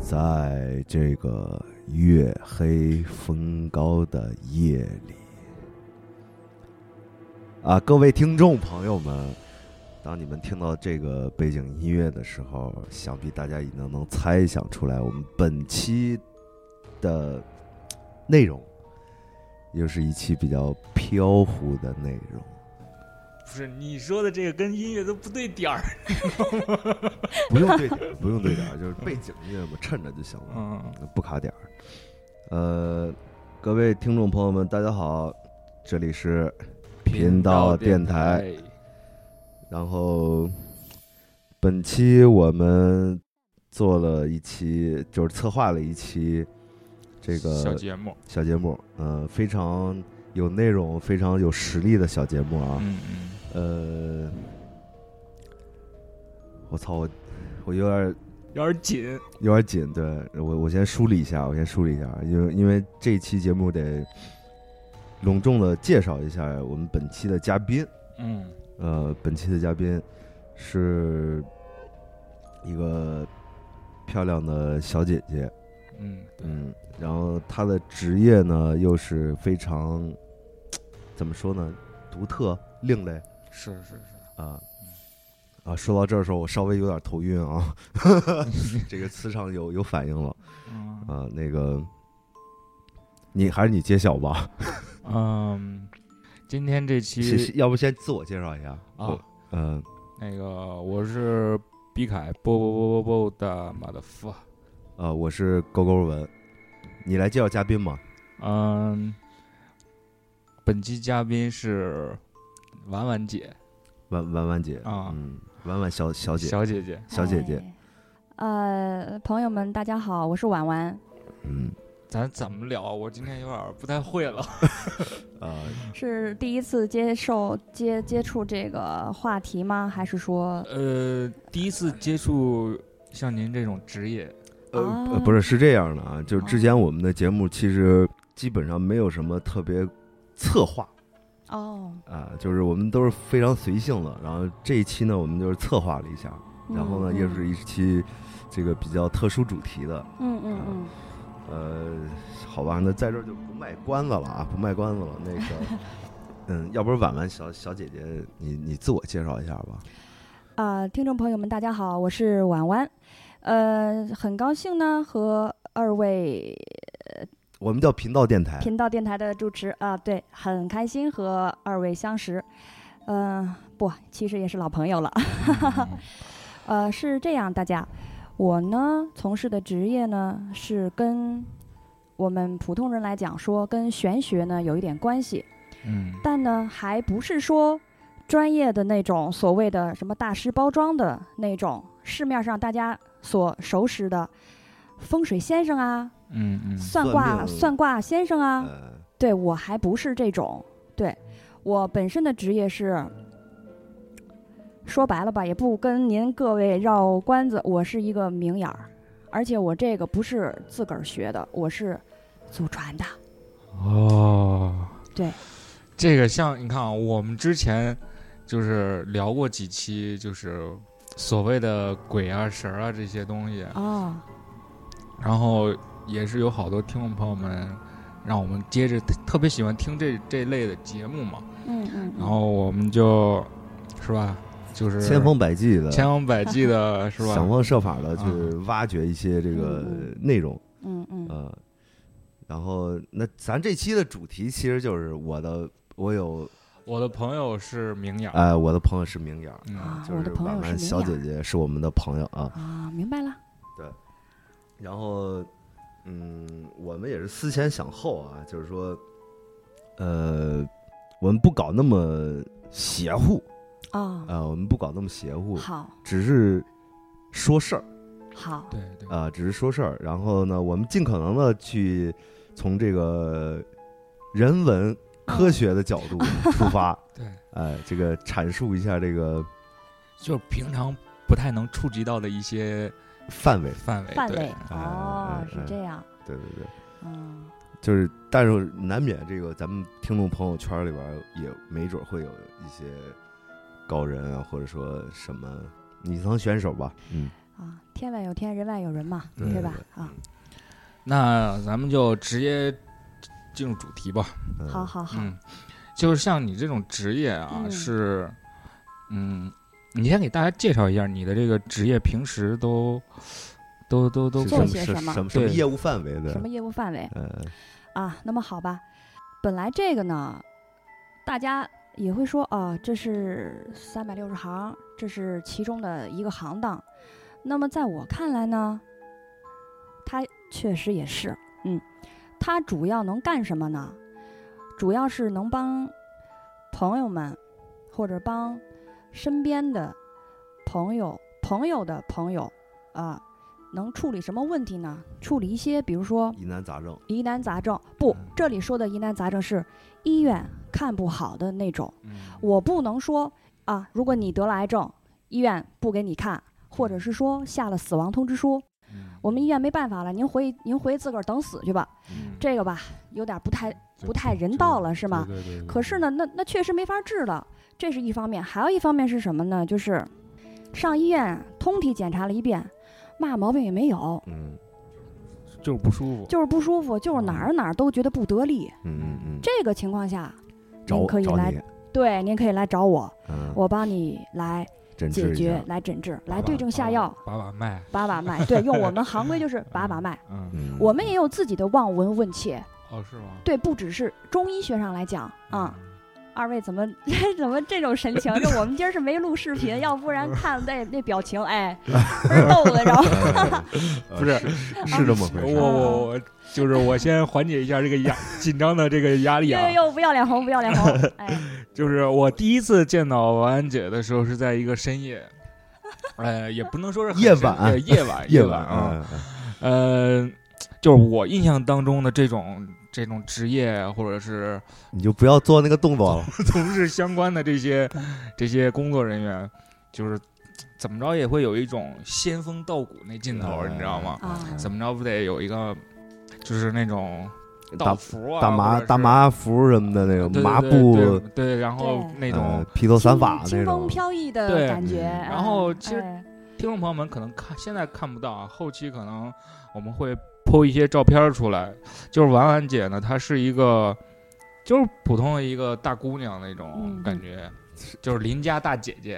在这个月黑风高的夜里，啊，各位听众朋友们，当你们听到这个背景音乐的时候，想必大家已经能猜想出来，我们本期的内容又是一期比较飘忽的内容。不是你说的这个跟音乐都不对点儿，不用对点儿，不用对点儿，就是背景音乐嘛，衬着就行了。嗯，不卡点儿。呃，各位听众朋友们，大家好，这里是频道电台。然后，本期我们做了一期，就是策划了一期这小个节目，小节目，呃，非常有内容、非常有实力的小节目啊。嗯嗯，呃，我操，我我有点有点紧，有点紧，对我我先梳理一下，我先梳理一下，因为因为这期节目得隆重的介绍一下我们本期的嘉宾。嗯，呃，本期的嘉宾是一个漂亮的小姐姐，嗯，嗯，然后她的职业呢又是非常怎么说呢，独特另类是是是，啊。啊，说到这儿的时候，我稍微有点头晕啊， 这个磁场有有反应了。嗯啊，那个，你还是你揭晓吧。嗯，今天这先期要不先自我介绍一下啊，，嗯、那个我是毕凯，波波波波波的妈的夫，呃，我是勾勾文，你来介绍嘉宾嘛？嗯，本期嘉宾是婉婉姐婉婉婉姐啊嗯，婉婉小小姐，小姐姐，小姐姐，哎。呃，朋友们，大家好，我是婉婉，嗯，咱怎么聊啊？我今天有点不太会了，啊、是第一次接受接接触这个话题吗？还是说呃，第一次接触像您这种职 业，呃，啊呃不是，是这样的啊，就是之前我们的节目其实基本上没有什么特别策划哦？啊，就是我们都是非常随性的。然后这一期呢，我们就是策划了一下，然后呢，嗯又是一期这个比较特殊主题的，嗯啊嗯嗯，呃，好吧，那在这儿就不卖关子了啊，不卖关子了。那 个，嗯，要不然婉婉小小姐姐，你你自我介绍一下吧。啊、听众朋友们，大家好，我是婉婉，呃，很高兴呢和二位我们叫频道电台，频道电台的主持啊、对，很开心和二位相识，嗯、不，其实也是老朋友了。呃，是这样，大家，我呢从事的职业呢是跟我们普通人来讲说跟玄学呢有一点关系，嗯但呢还不是说专业的那种所谓的什么大师包装的那种市面上大家所熟识的风水先生啊、嗯嗯算算卦命算卦先生啊，呃，对我还不是这种，对我本身的职业是，说白了吧，也不跟您各位绕关子，我是一个明眼儿，而且我这个不是自个儿学的，我是祖传的。哦，对，嗯这个像你看啊，我们之前就是聊过几期，就是所谓的鬼啊、神儿啊这些东西，哦，然后也是有好多听众朋友们让我们接着特别喜欢听这这类的节目嘛，嗯嗯，然后我们就是吧，就是千方百计的，千方百计的是吧想？方设法的去啊挖掘一些这个嗯内容，嗯嗯，呃，然后那咱这期的主题其实就是我的，我有，我的朋友是明眼儿，哎，我的朋友是明眼儿，嗯啊，就我是的朋婉友是婉明小眼姐儿姐是我们的朋友啊，啊，明白了。然后，嗯，我们也是思前想后啊，就是说，呃，我们不搞那么邪乎呃哦，啊、我们不搞那么邪乎，好，只是说事儿好，对对，啊、只是说事儿。然后呢，我们尽可能的去从这个人文科学的角度出发，对，哎，这个阐述一下这个就是平常不太能触及到的一些范围。范围，范对呃围哎哦哎，是哎这样，对对对，嗯，就是，但是难免这个咱们听众朋友圈里边儿也没准会有一些高人啊，或者说什么女藏选手吧，嗯，啊，天外有天，人外有人嘛，对对吧？啊，那咱们就直接进入主题吧。嗯好，好好，嗯，就是像你这种职业啊，嗯是，嗯，你先给大家介绍一下你的这个职业，平时都都都都是做什么些是什么什么什么对业务范围的？什么业务范围呃，啊？那么好吧，本来这个呢，大家也会说啊，这是三百六十行，这是其中的一个行当。那么在我看来呢，它确实也是，嗯，它主要能干什么呢？主要是能帮朋友们，或者帮身边的朋友、朋友的朋友啊、能处理什么问题呢？处理一些，比如说疑难杂症，疑难杂症。不嗯，这里说的疑难杂症是医院看不好的那种。嗯我不能说啊，如果你得了癌症，医院不给你看，或者是说下了死亡通知书，我们医院没办法了，您回您回自个儿等死去吧。嗯这个吧，有点不太就不太人就道了是吗对对对对可是呢，那那确实没法治了，这是一方面。还有一方面是什么呢？就是上医院通体检查了一遍，嘛毛病也没有，嗯就是不舒服，就是不舒服，就是哪儿哪儿都觉得不得力。嗯嗯这个情况下，嗯，您找可以找来你，对，您可以来找我，嗯，我帮你来诊解治一决下，，来诊治，来把对把症下把药，把把脉，把把脉。对，用我们行规就是把把脉。嗯，嗯，我们也有自己的望闻问切，哦是吗？对，不只是中医学上来讲啊、嗯二位怎么 怎么这种神 情？就我们今儿是没录视嗯频，要不然看那那表 情，哎，倍儿逗的，然后呃不是是这么回我事儿，啊我我就是我先缓解一下这个压紧张的这个压力 又啊又，又不要脸红，不要脸 红，哎，就是我第一次见到王安姐的时候是在一个深夜，呃，也不能说是很夜深晚对夜晚夜晚晚啊，嗯嗯呃，就是我印象当中的这种这种职业或 者是你就不要做那个动 作了，从事相关的这些这些工作人员，就是怎么着也会有一种仙风道骨那劲头儿，你知道吗？啊怎么着不得有一个就是那种道大服啊，大麻或者是大麻服什么的那对种对麻对布对，对，然后那对呃种。披头散发清那清风种，飘逸对的感觉。嗯然后哎其实哎听众朋友们可能看现在看不到啊，后期可能我们会剖一些照片儿出来。就是婉婉姐呢，她是一个就是普通的一个大姑娘那种嗯感觉，就是邻家大姐姐，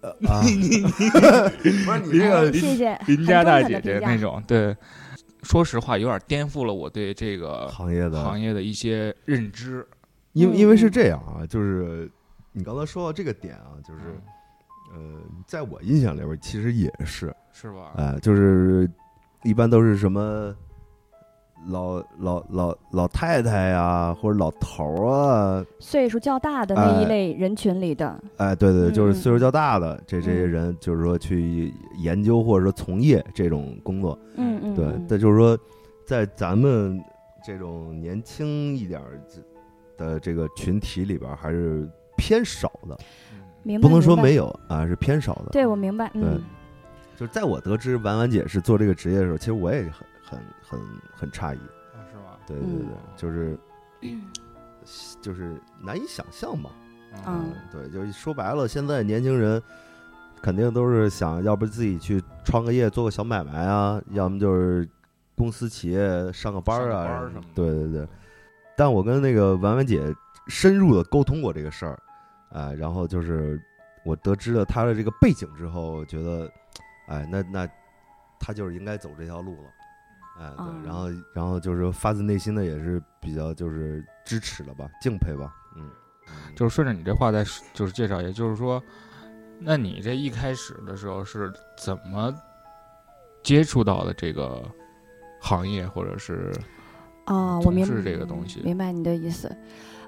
啊不是你这哎个谢谢邻家大姐姐很中肯的评价那种。对，说实话，有点颠覆了我对这个行业的行业的一些认知。因为因为是嗯这样啊，就是你刚才说到这个点啊，就是嗯呃，嗯在我印象里边儿其实也是，是吧？呃，就是一般都是什么老老老老太太呀、或者老头儿啊，岁数较大的那一哎类人群里的，哎，对对，对就是嗯岁数较大的这这些人，就是说去研究或者说从业这种工作，嗯嗯，对，嗯但就是说在咱们这种年轻一点儿的这个群体里边儿还是偏少的，嗯明不白能说明白没有啊，是偏少的。对我明白，嗯，就是在我得知婉婉姐是做这个职业的时候，其实我也很很很很诧异。啊是吧？对对对嗯，就是 就是难以想象吧。嗯对，就是说白了，现在年轻人肯定都是想要不自己去创个业，做个小买卖啊，要么就是公司企业上个班儿啊，上个班儿什么的对对对。但我跟那个婉婉姐深入的沟通过这个事儿，哎，然后就是我得知了她的这个背景之后，我觉得，哎，那那她就是应该走这条路了。哎，对，嗯然后，然后就是发自内心的也是比较就是支持了吧，敬佩吧，嗯，就是顺着你这话再说就是介绍一下，就是说，那你这一开始的时候是怎么接触到的这个行业，或者是啊，我从明事这个东西明白你的意思。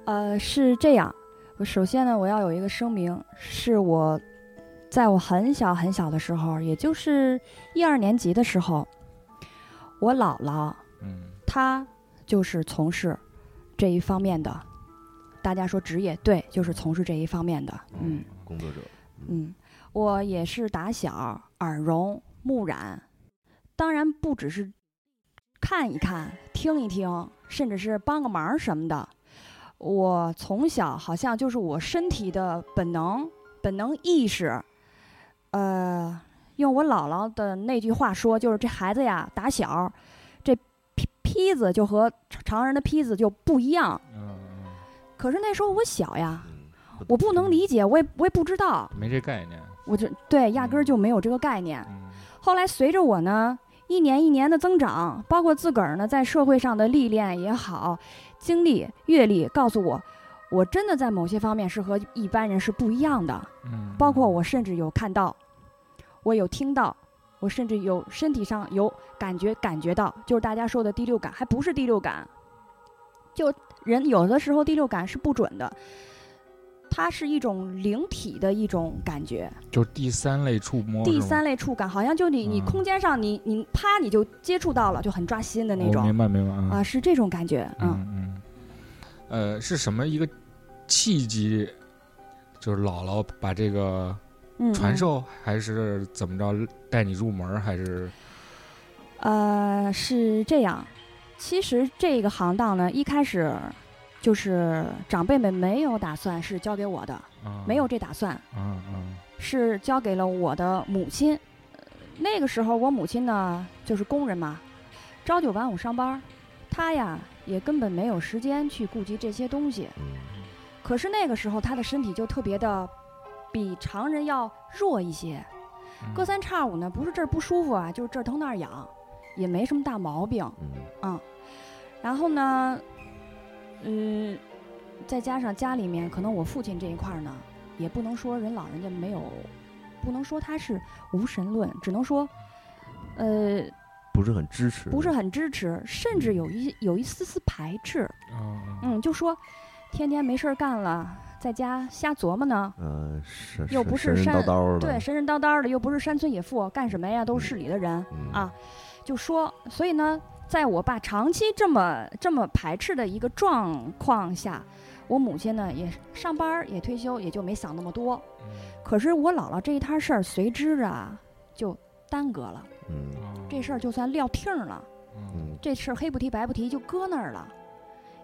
呃，是这样，我首先呢，我要有一个声明，是我在我很小很小的时候，也就是一二年级的时候，我姥姥嗯她就是从事这一方面的。大家说职业对，就是从事这一方面的，嗯工作者，嗯，我也是打小耳聋目染，当然不只是看一看、听一听，甚至是帮个忙什么的。我从小好像就是我身体的本能、本能意识，呃，用我姥姥的那句话说，就是这孩子呀，打小这坯坯子就和常人的坯子就不一样。嗯，可是那时候我小呀，嗯我不能理解，我也我也不知道，没这概念。我就对压根儿就没有这个概念。嗯后来随着我呢一年一年的增长，包括自个儿呢在社会上的历练也好，经历阅历告诉我，我真的在某些方面是和一般人是不一样的。嗯，包括我甚至有看到，我有听到，我甚至有身体上有感觉感觉到，就是大家说的第六感，还不是第六感，就人有的时候第六感是不准的，它是一种灵体的一种感觉，就是第三类触摸哦是吗，第三类触感，好像就你你嗯空间上你你啪你就接触到了，就很抓心的那我种明白明白啊啊，是这种感觉，嗯，嗯嗯，呃，是什么一个契机？就是姥姥把这个嗯传嗯授，还是怎么着带你入门儿，还是呃，是这样，其实这个行当呢，一开始就是长辈们没有打算是交给我的，啊没有这打算，嗯嗯是交给了我的母亲。呃那个时候我母亲呢，就是工人嘛，朝九晚五上班儿，她呀也根本没有时间去顾及这些东西。嗯可是那个时候她的身体就特别的比常人要弱一些，嗯隔三差五呢，不是这儿不舒服啊，就是这儿疼那儿痒，也没什么大毛病。嗯然后呢，嗯，再加上家里面可能我父亲这一块儿呢，也不能说人老人家没有，不能说他是无神论，只能说，呃，不是很支持，不是很支持，甚至有一有一丝丝排斥。嗯嗯嗯，就说天天没事儿干了，在家瞎琢磨呢。呃，是又不是神神山叨叨的，对，神神叨叨的，又不是山村野妇，干什么呀？都是市里的人，嗯啊，就说，所以呢，在我爸长期这么这么排斥的一个状况下，我母亲呢也上班儿也退休，也就没想那么多。可是我姥姥这一摊事儿随之啊就耽搁了，嗯哦这事儿就算撂挺儿了，嗯嗯这事儿黑不提白不提就搁那儿了，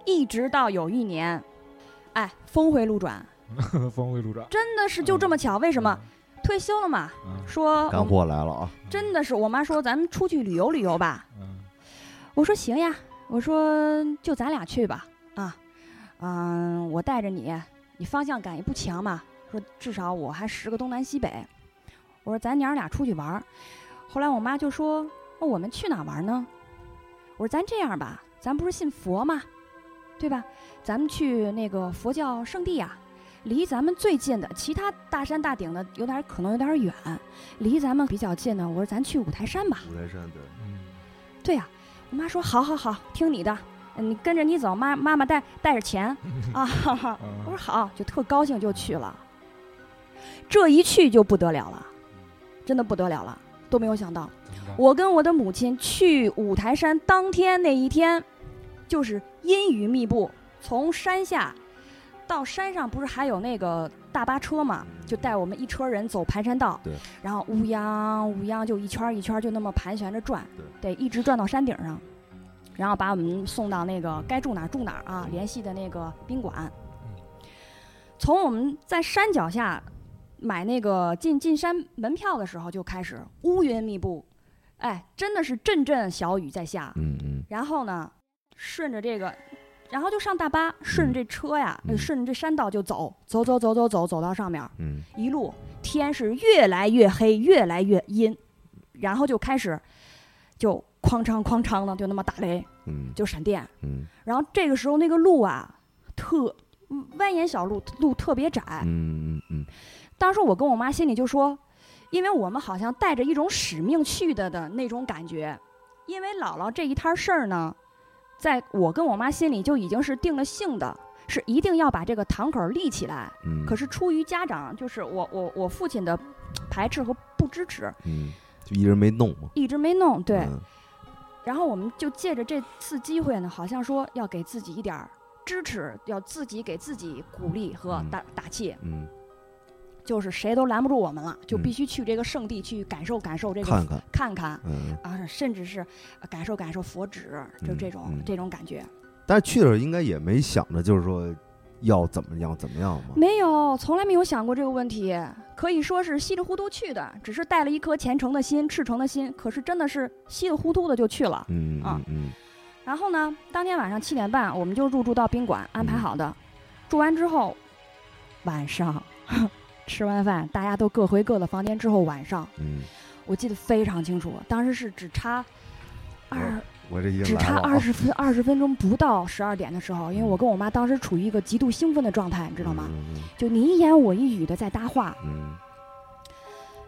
一直到有一年，哎，峰回路转，嗯， 峰回路转，真的是就这么巧，为为什么退休了嘛？嗯说我干货来了啊，真的是我妈说咱们出去旅游旅游吧，嗯我说行呀，我说就咱俩去吧，啊，嗯，我带着你，你方向感也不强嘛，说至少我还识个东南西北。我说咱娘儿俩出去玩儿。后来我妈就说，那我们去哪儿玩儿呢？我说咱这样吧，咱不是信佛嘛，对吧？咱们去那个佛教圣地呀、离咱们最近的，其他大山大顶的有点儿可能有点儿远，离咱们比较近的，我说咱去五台山吧。五台山对，嗯对呀、啊我妈说好好好，听你的，嗯你跟着你走，妈妈妈带带着钱啊，哈哈我说嗯好，就特高兴就去了。这一去就不得了了，真的不得了了，都没有想到，怎么着我跟我的母亲去五台山当天那一天，就是阴雨密布，从山下到山上不是还有那个大巴车嘛，就带我们一车人走盘山道，对，然后乌泱乌泱就一圈儿一圈儿就那么盘旋着转，得一直转到山顶上，然后把我们送到那个该住哪儿住哪儿啊，联系的那个宾馆。从我们在山脚下买那个进进山门票的时候就开始乌云密布，哎，真的是阵阵小雨在下。嗯嗯然后呢，顺着这个，然后就上大巴，顺着这车呀，嗯呃顺着这山道就走，走走走走走走到上面儿，嗯一路天是越来越黑，越来越阴，然后就开始就哐嚓哐嚓的就那么打雷，嗯就闪电。嗯然后这个时候那个路啊，特嗯蜿蜒小路，路特别窄。嗯嗯当时我跟我妈心里就说，因为我们好像带着一种使命去的的那种感觉，因为姥姥这一摊事儿呢，在我跟我妈心里就已经是定了性的，是一定要把这个堂口儿立起来。嗯，可是是出于家长，就是我我我父亲的排斥和不支持，嗯，就一人没弄嘛，一直没弄。对，嗯然后我们就借着这次机会呢，好像说要给自己一点儿支持，要自己给自己鼓励和嗯打打气，嗯，就是谁都拦不住我们了，就嗯必须去这个圣地去感受感受这个看看，看看嗯，啊，甚至是呃感受感受佛指，就嗯这种、嗯这种感觉。但是去了应该也没想着就是说要怎么样怎么样吗？没有，从来没有想过这个问题，可以说是稀里糊涂去的，只是带了一颗虔诚的心、赤诚的心，可是真的是稀里糊涂的就去了。嗯啊嗯嗯然后呢，当天晚上七点半，我们就入住到宾馆嗯安排好的。住完之后，晚上 吃完饭，大家都各回各的房间之后，晚上嗯，我记得非常清楚，当时是只差二我这已只经哦来差了啊，二十分二十分钟不到十二点的时候，因为我跟我妈当时处于一个极度兴奋的状态，你知道吗？嗯？就你一言我一语的在搭话，嗯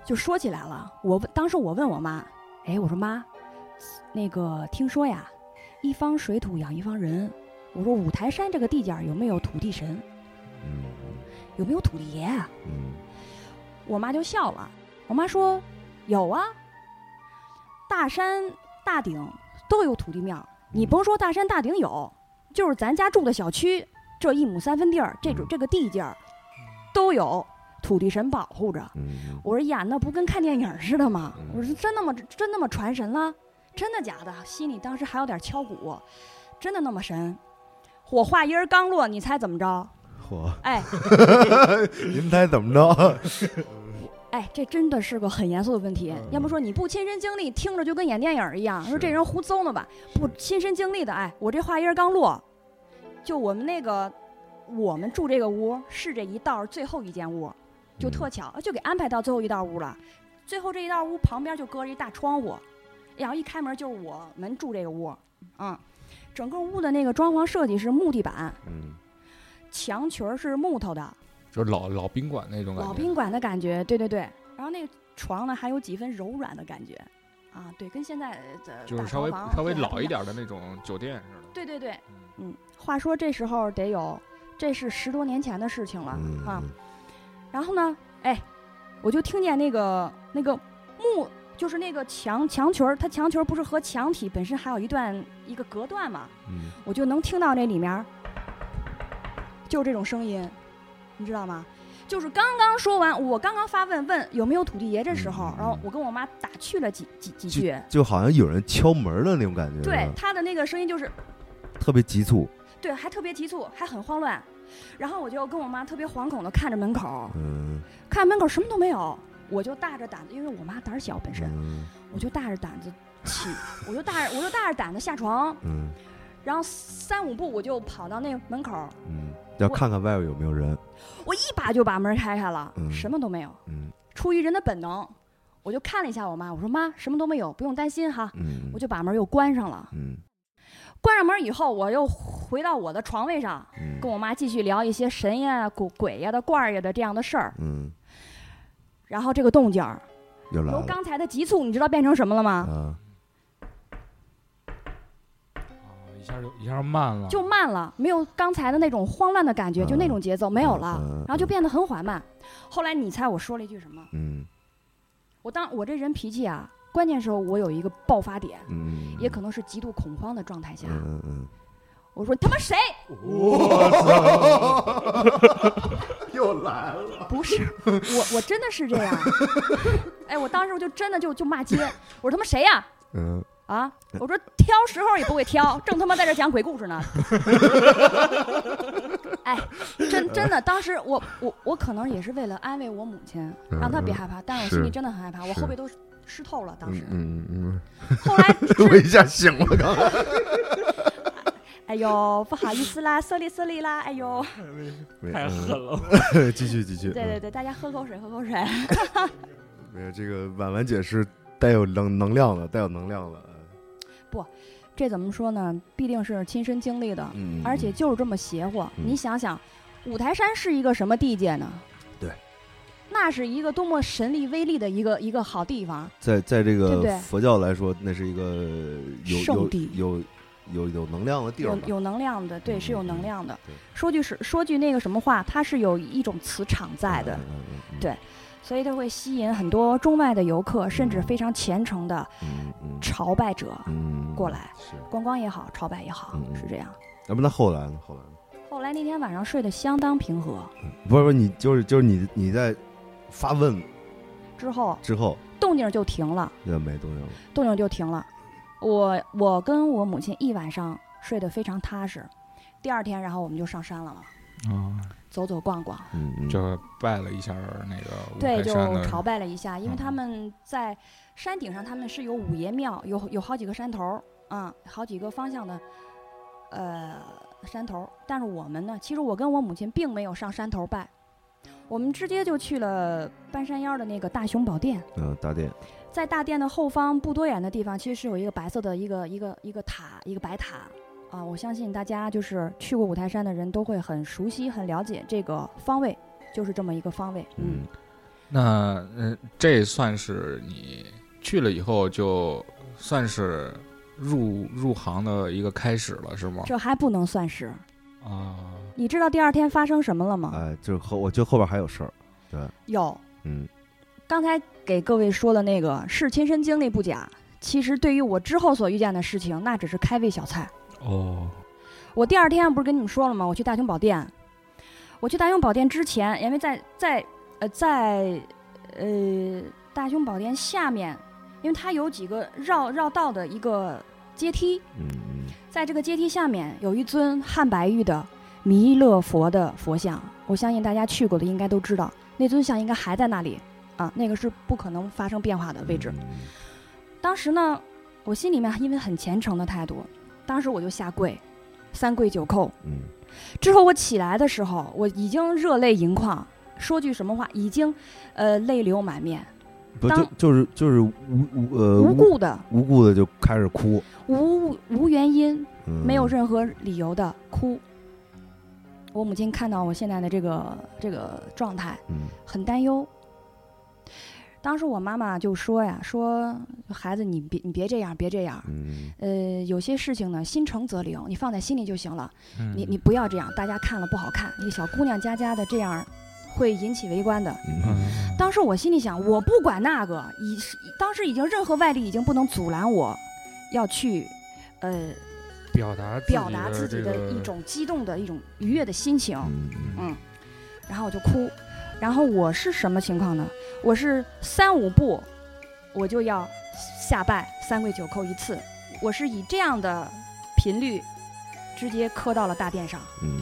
就说起来了。我问当时我问我妈，哎，我说妈，那个听说呀，一方水土养一方人。我说五台山这个地界儿有没有土地神？嗯有没有土地爷啊？嗯嗯我妈就笑了。我妈说：“有啊，大山大顶都有土地庙。你甭说大山大顶有，就是咱家住的小区这一亩三分地儿，这种嗯这个地界儿都有土地神保护着。”嗯我说呀，那不跟看电影似的吗嗯？我说真那么真那么传神了？真的假的？心里当时还有点敲鼓，真的那么神？我话音儿刚落，你猜怎么着？嚯，哎 啊您猜怎么 着？哎，这真的是个很严肃的问题。嗯要不说你不亲身经历，听着就跟演电影儿一样，是说这人胡诌呢吧？不亲身经历的，哎，我这话音儿刚落，就我们那个我们住这个屋是这一道儿最后一间屋，就嗯特巧，就给安排到最后一道屋了。最后这一道屋旁边就搁着一大窗户，然后一开门就是我们住这个屋，嗯，整个屋的那个装潢设计是木地板，嗯墙裙儿是木头的，就是老老宾馆那种感觉。老宾馆的感觉，对对对。然后那个床呢，还有几分柔软的感觉，啊，对，跟现在的就是大稍微床房稍微对还老不一点样。的那种酒店似的。对对对，嗯嗯。话说这时候得有，这是十多年前的事情了嗯啊。然后呢，哎，我就听见那个那个木，就是那个墙墙裙儿，它墙裙儿不是和墙体本身还有一段一个隔断嘛，嗯我就能听到那里面儿，就是这种声音，你知道吗？就是刚刚说完，我刚刚发问问有没有土地爷这时候嗯，然后我跟我妈打趣了几几几句，就好像有人敲门的那种感觉，对，他的那个声音就是特别急促，对，还特别急促，还很慌乱。然后我就跟我妈特别惶恐的看着门口，嗯看门口什么都没有，我就大着胆子，因为我妈胆儿小本身，嗯我就大着胆子起，我就大我就大着胆子下床，嗯然后三五步我就跑到那门口，嗯，要我看看外边有没有人，我一把就把门开开了，嗯什么都没有。嗯出于人的本能，我就看了一下我妈，我说妈，什么都没有，不用担心哈。嗯，我就把门又关上了。嗯关上门以后，我又回到我的床位上，嗯跟我妈继续聊一些神呀、鬼鬼呀的、怪儿呀的这样的事儿。嗯然后这个动静儿又来由了刚才的急促，你知道变成什么了吗？啊，哦，一下就一下慢了。就慢了，没有刚才的那种慌乱的感觉，嗯就那种节奏没有了嗯嗯嗯，然后就变得很缓慢。后来你猜我说了一句什么？嗯我当我这人脾气啊，关键时候我有一个爆发点，嗯，也可能是极度恐慌的状态下，嗯嗯我说他妈谁？嗯，又来了，不是，我我真的是这样。哎，我当时我就真的就就骂街，我说他妈谁呀、嗯啊？我说挑时候也不会挑，正他妈在这讲鬼故事呢。 哎，真真的，当时我我我可能也是为了安慰我母亲，让她别害怕，但是我心里嗯是真的很害怕，我是后背都湿透了。当时，嗯嗯 后来嗯，我一下醒了，刚才哎呦不好意思啦，色厉色厉啦，哎呦，嗯太狠 了，了，继续继续，嗯对对对，大家喝口水，喝口水。 没有这个婉婉姐是带有能能量的，带有能量的，这怎么说呢？必定是亲身经历的，嗯而且就是这么邪乎。嗯你想想，五台山是一个什么地界呢？对，那是一个多么神力威力的一个一个好地方。嗯在在这对不个对佛教来说，那是一个有圣地有有有有能量的地儿有吧，有能量的，对，嗯是有嗯能嗯量的对。说句是说句那个什么话，它是有一种磁场在的嗯，，嗯嗯嗯对所以它会吸引很多中外的游客，甚至非常虔诚的嗯嗯朝拜者嗯，过来是。观光也好，朝拜也好嗯，嗯是这样。要不那后来呢？后来呢？后来那天晚上睡得相当平和，不是不是，你就是就是你你在发问之后之后动静就停了。就没动静了。动静就停了。我我跟我母亲一晚上睡得非常踏实，第二天然后我们就上山了嘛。啊，走走逛逛，嗯嗯，就拜了一下那个五对，台就山的朝拜了一下，因为他嗯们在山顶上，他们是有五爷庙，有有好几个山头儿，啊、好几个方向的，呃，山头儿。但是我们呢，其实我跟我母亲并没有上山头儿拜，我们直接就去了半山腰的那个大雄宝殿。嗯，大殿，在大殿的后方不多远的地方，其实是有一个白色的一个一个一个塔，一个白塔啊。我相信大家就是去过五台山的人都会很熟悉、很了解这个方位，就是这么一个方位。嗯，嗯那嗯，这算是你去了以后就算是入入行的一个开始了，是吗？这还不能算是。啊，你知道第二天发生什么了吗？哎，就是后，我觉得后边还有事儿，有，嗯刚才给各位说的那个是亲身经历不假，其实对于我之后所遇见的事情，那只是开胃小菜。哦，我第二天不是跟你们说了吗？我去大雄宝殿，我去大雄宝殿之前，因为在在呃在呃大雄宝殿下面，因为它有几个绕绕道的一个阶梯，嗯嗯，在这个阶梯下面有一尊汉白玉的弥勒佛的佛像，我相信大家去过的应该都知道，那尊像应该还在那里啊，那个是不可能发生变化的位置。嗯，嗯当时呢，我心里面因为很虔诚的态度，当时我就下跪，三跪九叩。嗯，之后我起来的时候，我已经热泪盈眶，说句什么话，已经呃泪流满面，不当就就是就是无无呃无故的、无故的就开始哭，无无原因、嗯、没有任何理由的哭。我母亲看到我现在的这个这个状态，嗯很担忧。当时我妈妈就说呀：“说孩子，你别你别这样，别这样。嗯呃，有些事情呢，心诚则灵，你放在心里就行了。嗯你你不要这样，大家看了不好看。一个小姑娘家家的这样，会引起围观的。嗯嗯，当时我心里想，我不管那个，已是当时已经任何外力已经不能阻拦我，要去，呃，表达自己表达自己这的个一种激动的一种愉悦的心情。嗯嗯然后我就哭。然后我是什么情况呢？我是三五步，我就要下拜三跪九叩一次，我是以这样的频率直接磕到了大殿上，嗯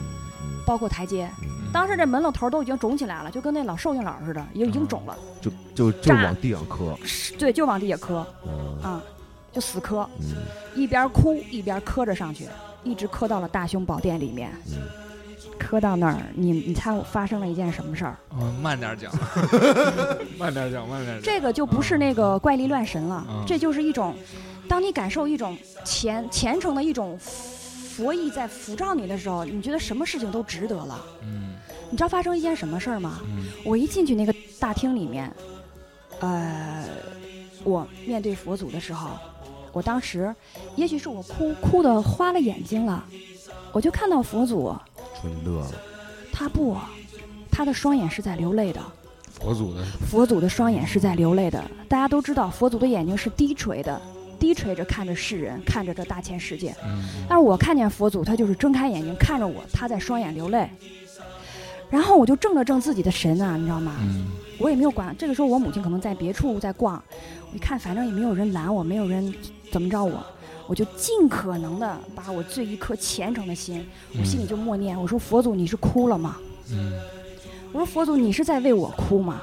包括台阶。嗯，当时这门楼头都已经肿起来了，就跟那老寿星佬似的，也已经肿了，嗯就就就炸往地上磕，对，就往地下磕嗯啊，就死磕，嗯一边哭一边磕着上去，一直磕到了大雄宝殿里面。嗯，磕到那儿，你你猜我发生了一件什么事儿？嗯，慢点 讲，慢点讲，慢点讲，这个就不是那个怪力乱神了，嗯这就是一种，当你感受一种虔虔诚的一种佛意在浮照你的时候，你觉得什么事情都值得了。嗯你知道发生一件什么事儿吗？嗯我一进去那个大厅里面，呃，我面对佛祖的时候，我当时也许是我哭哭的花了眼睛了，我就看到佛祖，说你乐了，他不，他的双眼是在流泪的。佛祖的佛祖的双眼是在流泪的。大家都知道，佛祖的眼睛是低垂的，低垂着看着世人，看着这大千世界。嗯但是我看见佛祖，他就是睁开眼睛看着我，他在双眼流泪。然后我就正了正自己的神啊，你知道吗？嗯我也没有管。这个时候我母亲可能在别处在逛，我一看反正也没有人拦我，没有人怎么着我，我就尽可能的把我这一颗虔诚的心，我心里就默念，我说佛祖你是哭了吗？嗯我说佛祖，你是在为我哭吗？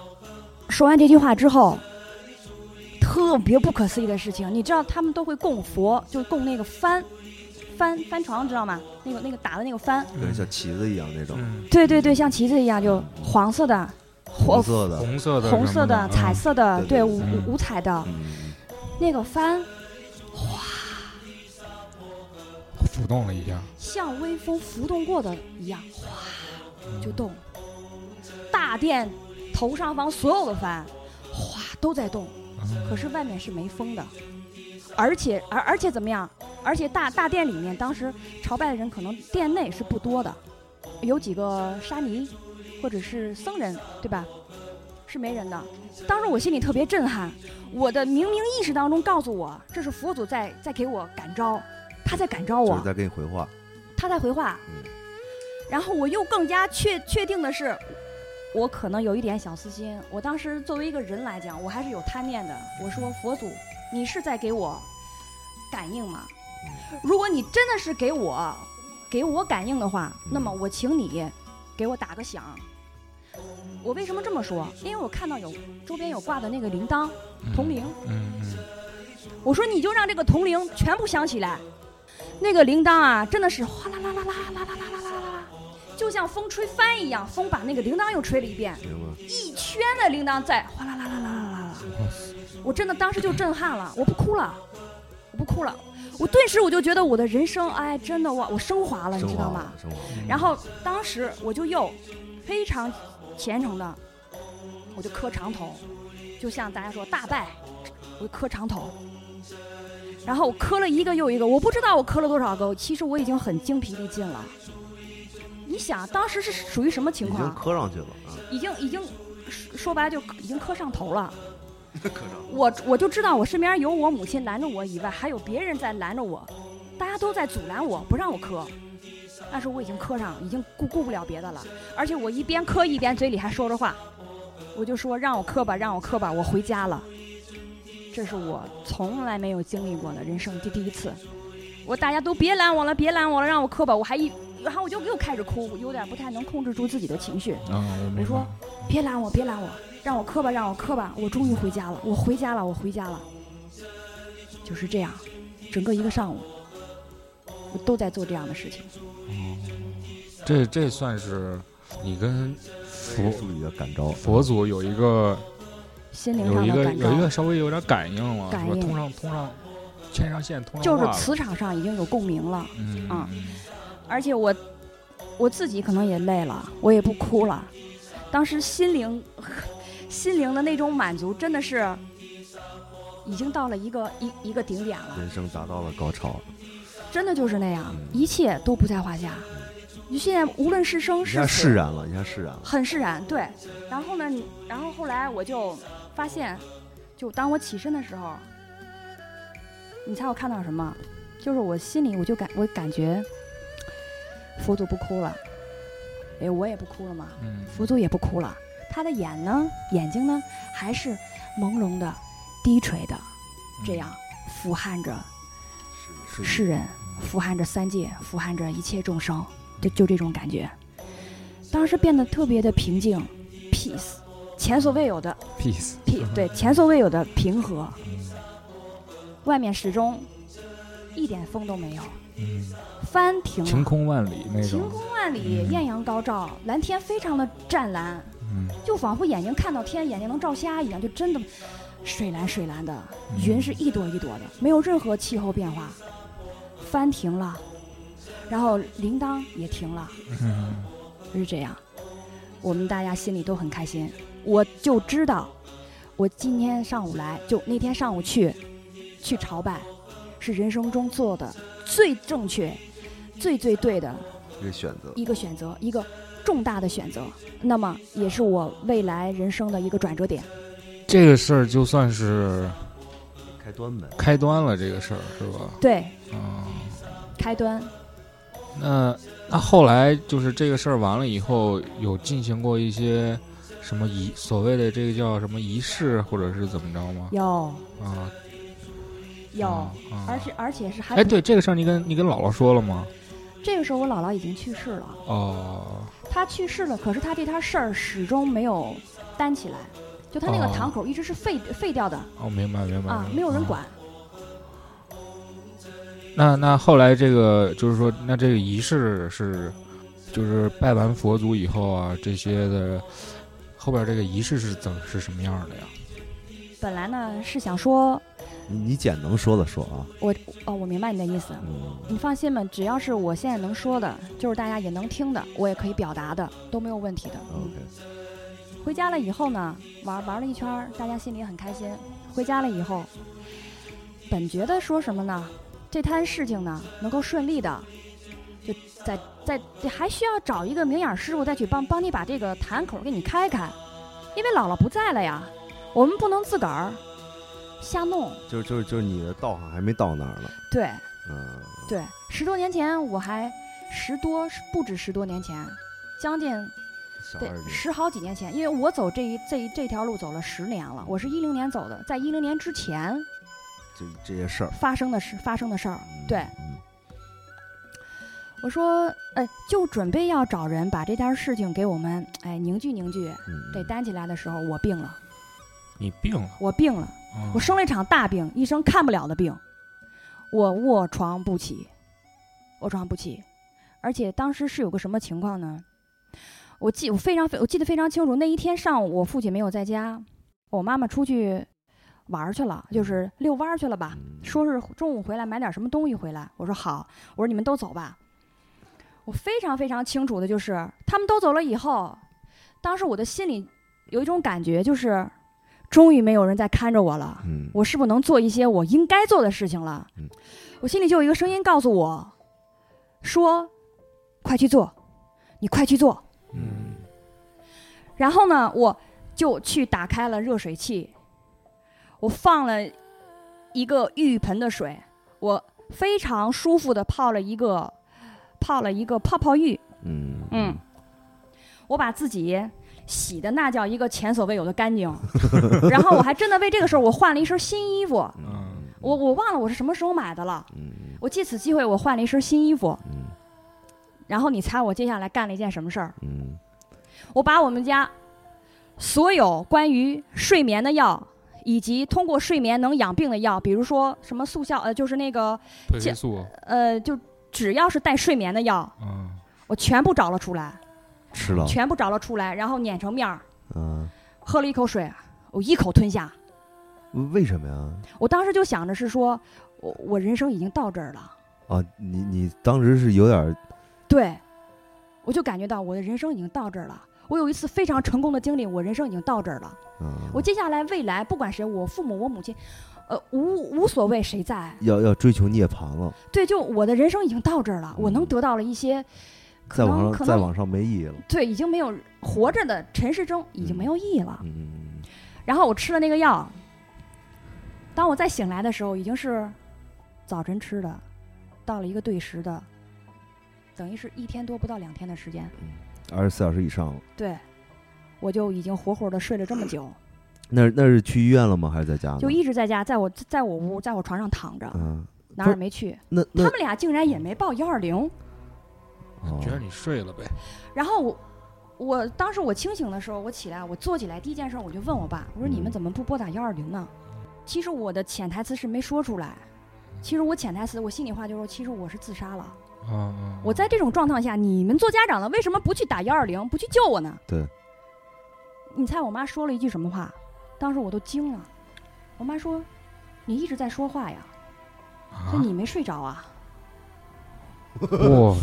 说完这句话之后，特别不可思议的事情，你知道他们都会供佛，就供那个幡，幡幡床，知道吗？那个那个打的那个幡，跟像旗子一样那种，嗯，对对对，像旗子一样，就黄色的，红火色的，红色的红色什的、么彩，色的，对对对五嗯五五彩的嗯那个幡，嗯浮动了一下，像微风浮动过的一样，哗嗯就动。大殿头上方所有的幡，哗都在动。嗯可是外面是没风的，而且而而且怎么样？而且大大殿里面当时朝拜的人可能殿内是不多的，有几个沙弥或者是僧人，对吧？是没人的。当时我心里特别震撼，我的明明意识当中告诉我，这是佛祖在在给我感召，他在感召嗯，我。就是在给你回话，他在回话嗯。然后我又更加确确定的是，我可能有一点小私心。我当时作为一个人来讲，我还是有贪念的。我说佛祖，你是在给我感应吗？如果你真的是给我给我感应的话嗯，那么我请你给我打个响。我为什么这么说？因为我看到有周边有挂的那个铃铛、铜铃，嗯嗯我说你就让这个铜铃全部响起来。那个铃铛啊，真的是哗啦啦啦啦啦啦啦啦啦啦啦，就像风吹翻一样，风把那个铃铛又吹了一遍，行吗？一圈的铃铛在哗啦啦啦啦啦啦啦。我真的当时就震撼了，我不哭了，我不哭了，我顿时我就觉得我的人生，哎，真的我我升华了，你升知华道了吗？？升华了。嗯然后当时我就又非常虔诚的，我就磕长头，就像大家说大拜，我就磕长头。然后我磕了一个又一个，我不知道我磕了多少个，其实我已经很精疲力尽了。你想，当时是属于什么情已经况？磕上去了啊！已经已经说说白了就已经磕上头了。磕上了。我我就知道我身边有我母亲拦着我以外，还有别人在拦着我，大家都在阻拦我，不让我磕。但是我已经磕上，已经顾顾不了别的了，而且我一边磕一边嘴里还说着话，我就说让我磕吧，让我磕吧，我回家了。这是我从来没有经历过的人生第第一次，我大家都别拦我了，别拦我了，让我磕吧，我还一，然后我就又开始哭，我有点不太能控制住自己的情绪。啊，我我说别拦我，别拦我，让我磕吧，让我磕吧，我终于回家了，我回家了，我回家了。就是这样，整个一个上午，我都在做这样的事情。嗯这这算是你跟这佛是术语叫感召。佛祖有一个心灵有上一的个感有一召个，稍微有点感应了，感是吧应通上通上牵上线，通上就话是了磁场上已经有共鸣了，嗯啊嗯而且我我自己可能也累了，我也不哭了。当时心灵 心灵的那种满足，真的是已经到了一个一一个顶点了。人生达到了高潮，真的就是那样嗯，一切都不在话下。嗯你现在无论是生一是下死释，然了，一下释然了。很释然。对，然后呢，你然后后来我就发现，就当我起身的时候，你猜我看到什么？就是我心里我就感我感觉，佛祖不哭了，哎，我也不哭了嘛，嗯，佛祖也不哭了，他的眼呢，眼睛呢，还是朦胧的、低垂的，这样俯瞰着是世人，俯瞰着三界，俯瞰着一切众生，就就这种感觉。当时变得特别的平静，peace，前所未有的嗯 peace， p 对，前所未有的平和。外面始终一点风都没有，嗯，帆停晴了，空万里那晴种，空万里，嗯艳阳高照，蓝天非常的湛蓝，嗯，就仿佛眼睛看到天，眼睛能照瞎一样，就真的水蓝水蓝的，嗯云是一朵一朵的，没有任何气候变化。帆停了，然后铃铛也停了，嗯 就是这样。我们大家心里都很开心。我就知道，我今天上午来，就那天上午去，去朝拜，是人生中做的最正确、最最对的一个选择，一个选择，一个重大的选择。那么，也是我未来人生的一个转折点。这个事儿就算是开端呗。开端了，这个事儿是吧？对，嗯，开端那那后来就是这个事儿完了以后，有进行过一些什么仪，所谓的这个叫什么仪式，或者是怎么着吗？有啊，有，啊啊而且而且是还哎，对这个事儿，你跟你跟姥姥说了吗？这个时候我姥姥已经去世了，哦，她去世了，可是她这摊事儿始终没有担起来，就她那个哦堂口一直是废、废掉的哦，明白明白啊明，白没有人嗯管。那那后来这个就是说，那这个仪式是，就是拜完佛祖以后啊，这些的后边这个仪式是怎是什么样的呀？本来呢是想说，你你简能说的说啊，哦，我明白你的意思。嗯，你放心吧，只要是我现在能说的，就是大家也能听的，我也可以表达的，都没有问题的。哦嗯 OK，回家了以后呢，玩玩了一圈儿，大家心里很开心。回家了以后，本觉得说什么呢？这摊事情呢能够顺利的，就在在还需要找一个明眼儿师傅再去帮帮你把这个坛口儿给你开开，因为姥姥不在了呀，我们不能自个儿瞎弄。就是就是就是你的道行还没到那儿呢，对嗯，对，十多年前我还十多不止十多年前，将近小对二，年，十好几年前，因为我走这一这一这条路走了十年了，我是一零年走的，在一零年之前就这些事儿，发生的事发生的事儿，嗯对嗯我说，哎，就准备要找人把这件事情给我们，哎，凝聚凝聚。嗯这担起来的时候，我病了，你病了，我病了，啊我生了一场大病，医生看不了的病，我卧床不起，卧床不起，而且当时是有个什么情况呢？我记我非常非我记得非常清楚，那一天上午我父亲没有在家，我妈妈出去玩儿去了，就是遛弯儿去了吧，嗯说是中午回来买点什么东西回来。我说好，我说你们都走吧。我非常非常清楚的就是，他们都走了以后，当时我的心里有一种感觉，就是终于没有人再看着我了。嗯，我是不是能做一些我应该做的事情了？嗯我心里就有一个声音告诉我，说：“快去做，你快去做。嗯”然后呢，我就去打开了热水器，我放了一个浴盆的水，我非常舒服的泡了一个泡了一个泡泡浴，嗯嗯，我把自己洗的那叫一个前所未有的干净， 然后我还真的为这个事儿我换了一身新衣服。嗯我我忘了我是什么时候买的了。嗯我借此机会，我换了一身新衣服。嗯然后你猜我接下来干了一件什么事儿？嗯我把我们家所有关于睡眠的药，以及通过睡眠能养病的药，比如说什么速效，呃，就是那个褪这黑素，呃，就只要是带睡眠的药，嗯，我全部找了出来，吃了全部找了出来，然后碾成面儿，啊？喝了一口水，我一口吞下。为什么呀？我当时就想着是说，我我人生已经到这儿了，啊，你你当时是有点儿对，我就感觉到我的人生已经到这儿了。我有一次非常成功的经历，我人生已经到这儿了。啊，我接下来未来不管谁，我父母、我母亲，呃，无无所谓谁在，要要追求涅槃了，对，就我的人生已经到这儿了。我能嗯得到了一些，可再往能可上再能往上没意义了。对，已经没有活着的尘世中已经没有意义了。嗯然后我吃了那个药，当我再醒来的时候，已经是早晨吃的，到了一个对时的，等于是一天多不到两天的时间。嗯，二十四小时以上了。对，我就已经活活的睡了这么久，那那是去医院了吗？还是在家呢？就一直在家，在我在我屋，在我床上躺着，嗯，哪儿也没去。那他那们俩竟然也没报幺二零。哦觉得你睡了呗，然后我，我当时我清醒的时候，我起来，我坐起来第一件事我就问我爸，我说嗯你们怎么不拨打幺二零呢？其实我的潜台词是没说出来。其实我潜台词，我心里话就是说，其实我是自杀了。嗯嗯，我在这种状况下，你们做家长的为什么不去打幺二零，不去救我呢？对，你猜我妈说了一句什么话？当时我都惊了。我妈说：“你一直在说话呀，啊那你没睡着啊 哇？”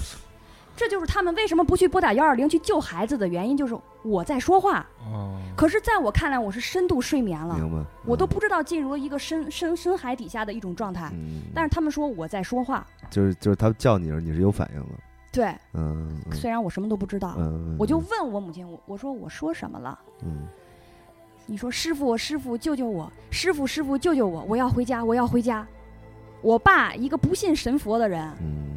这就是他们为什么不去拨打幺二零去救孩子的原因，就是我在说话。哦，可是，在我看来，我是深度睡眠了，明白。我都不知道进入了一个深深深海底下的一种状态。嗯，嗯但是他们说我在说话，就是就是他叫你的时候，你是有反应的。对，嗯嗯虽然我什么都不知道，嗯，我就问我母亲，我我说我说什么了？嗯你说师傅，师傅救救我！师傅，师傅救救我！我要回家，我要回家！我爸一个不信神佛的人，嗯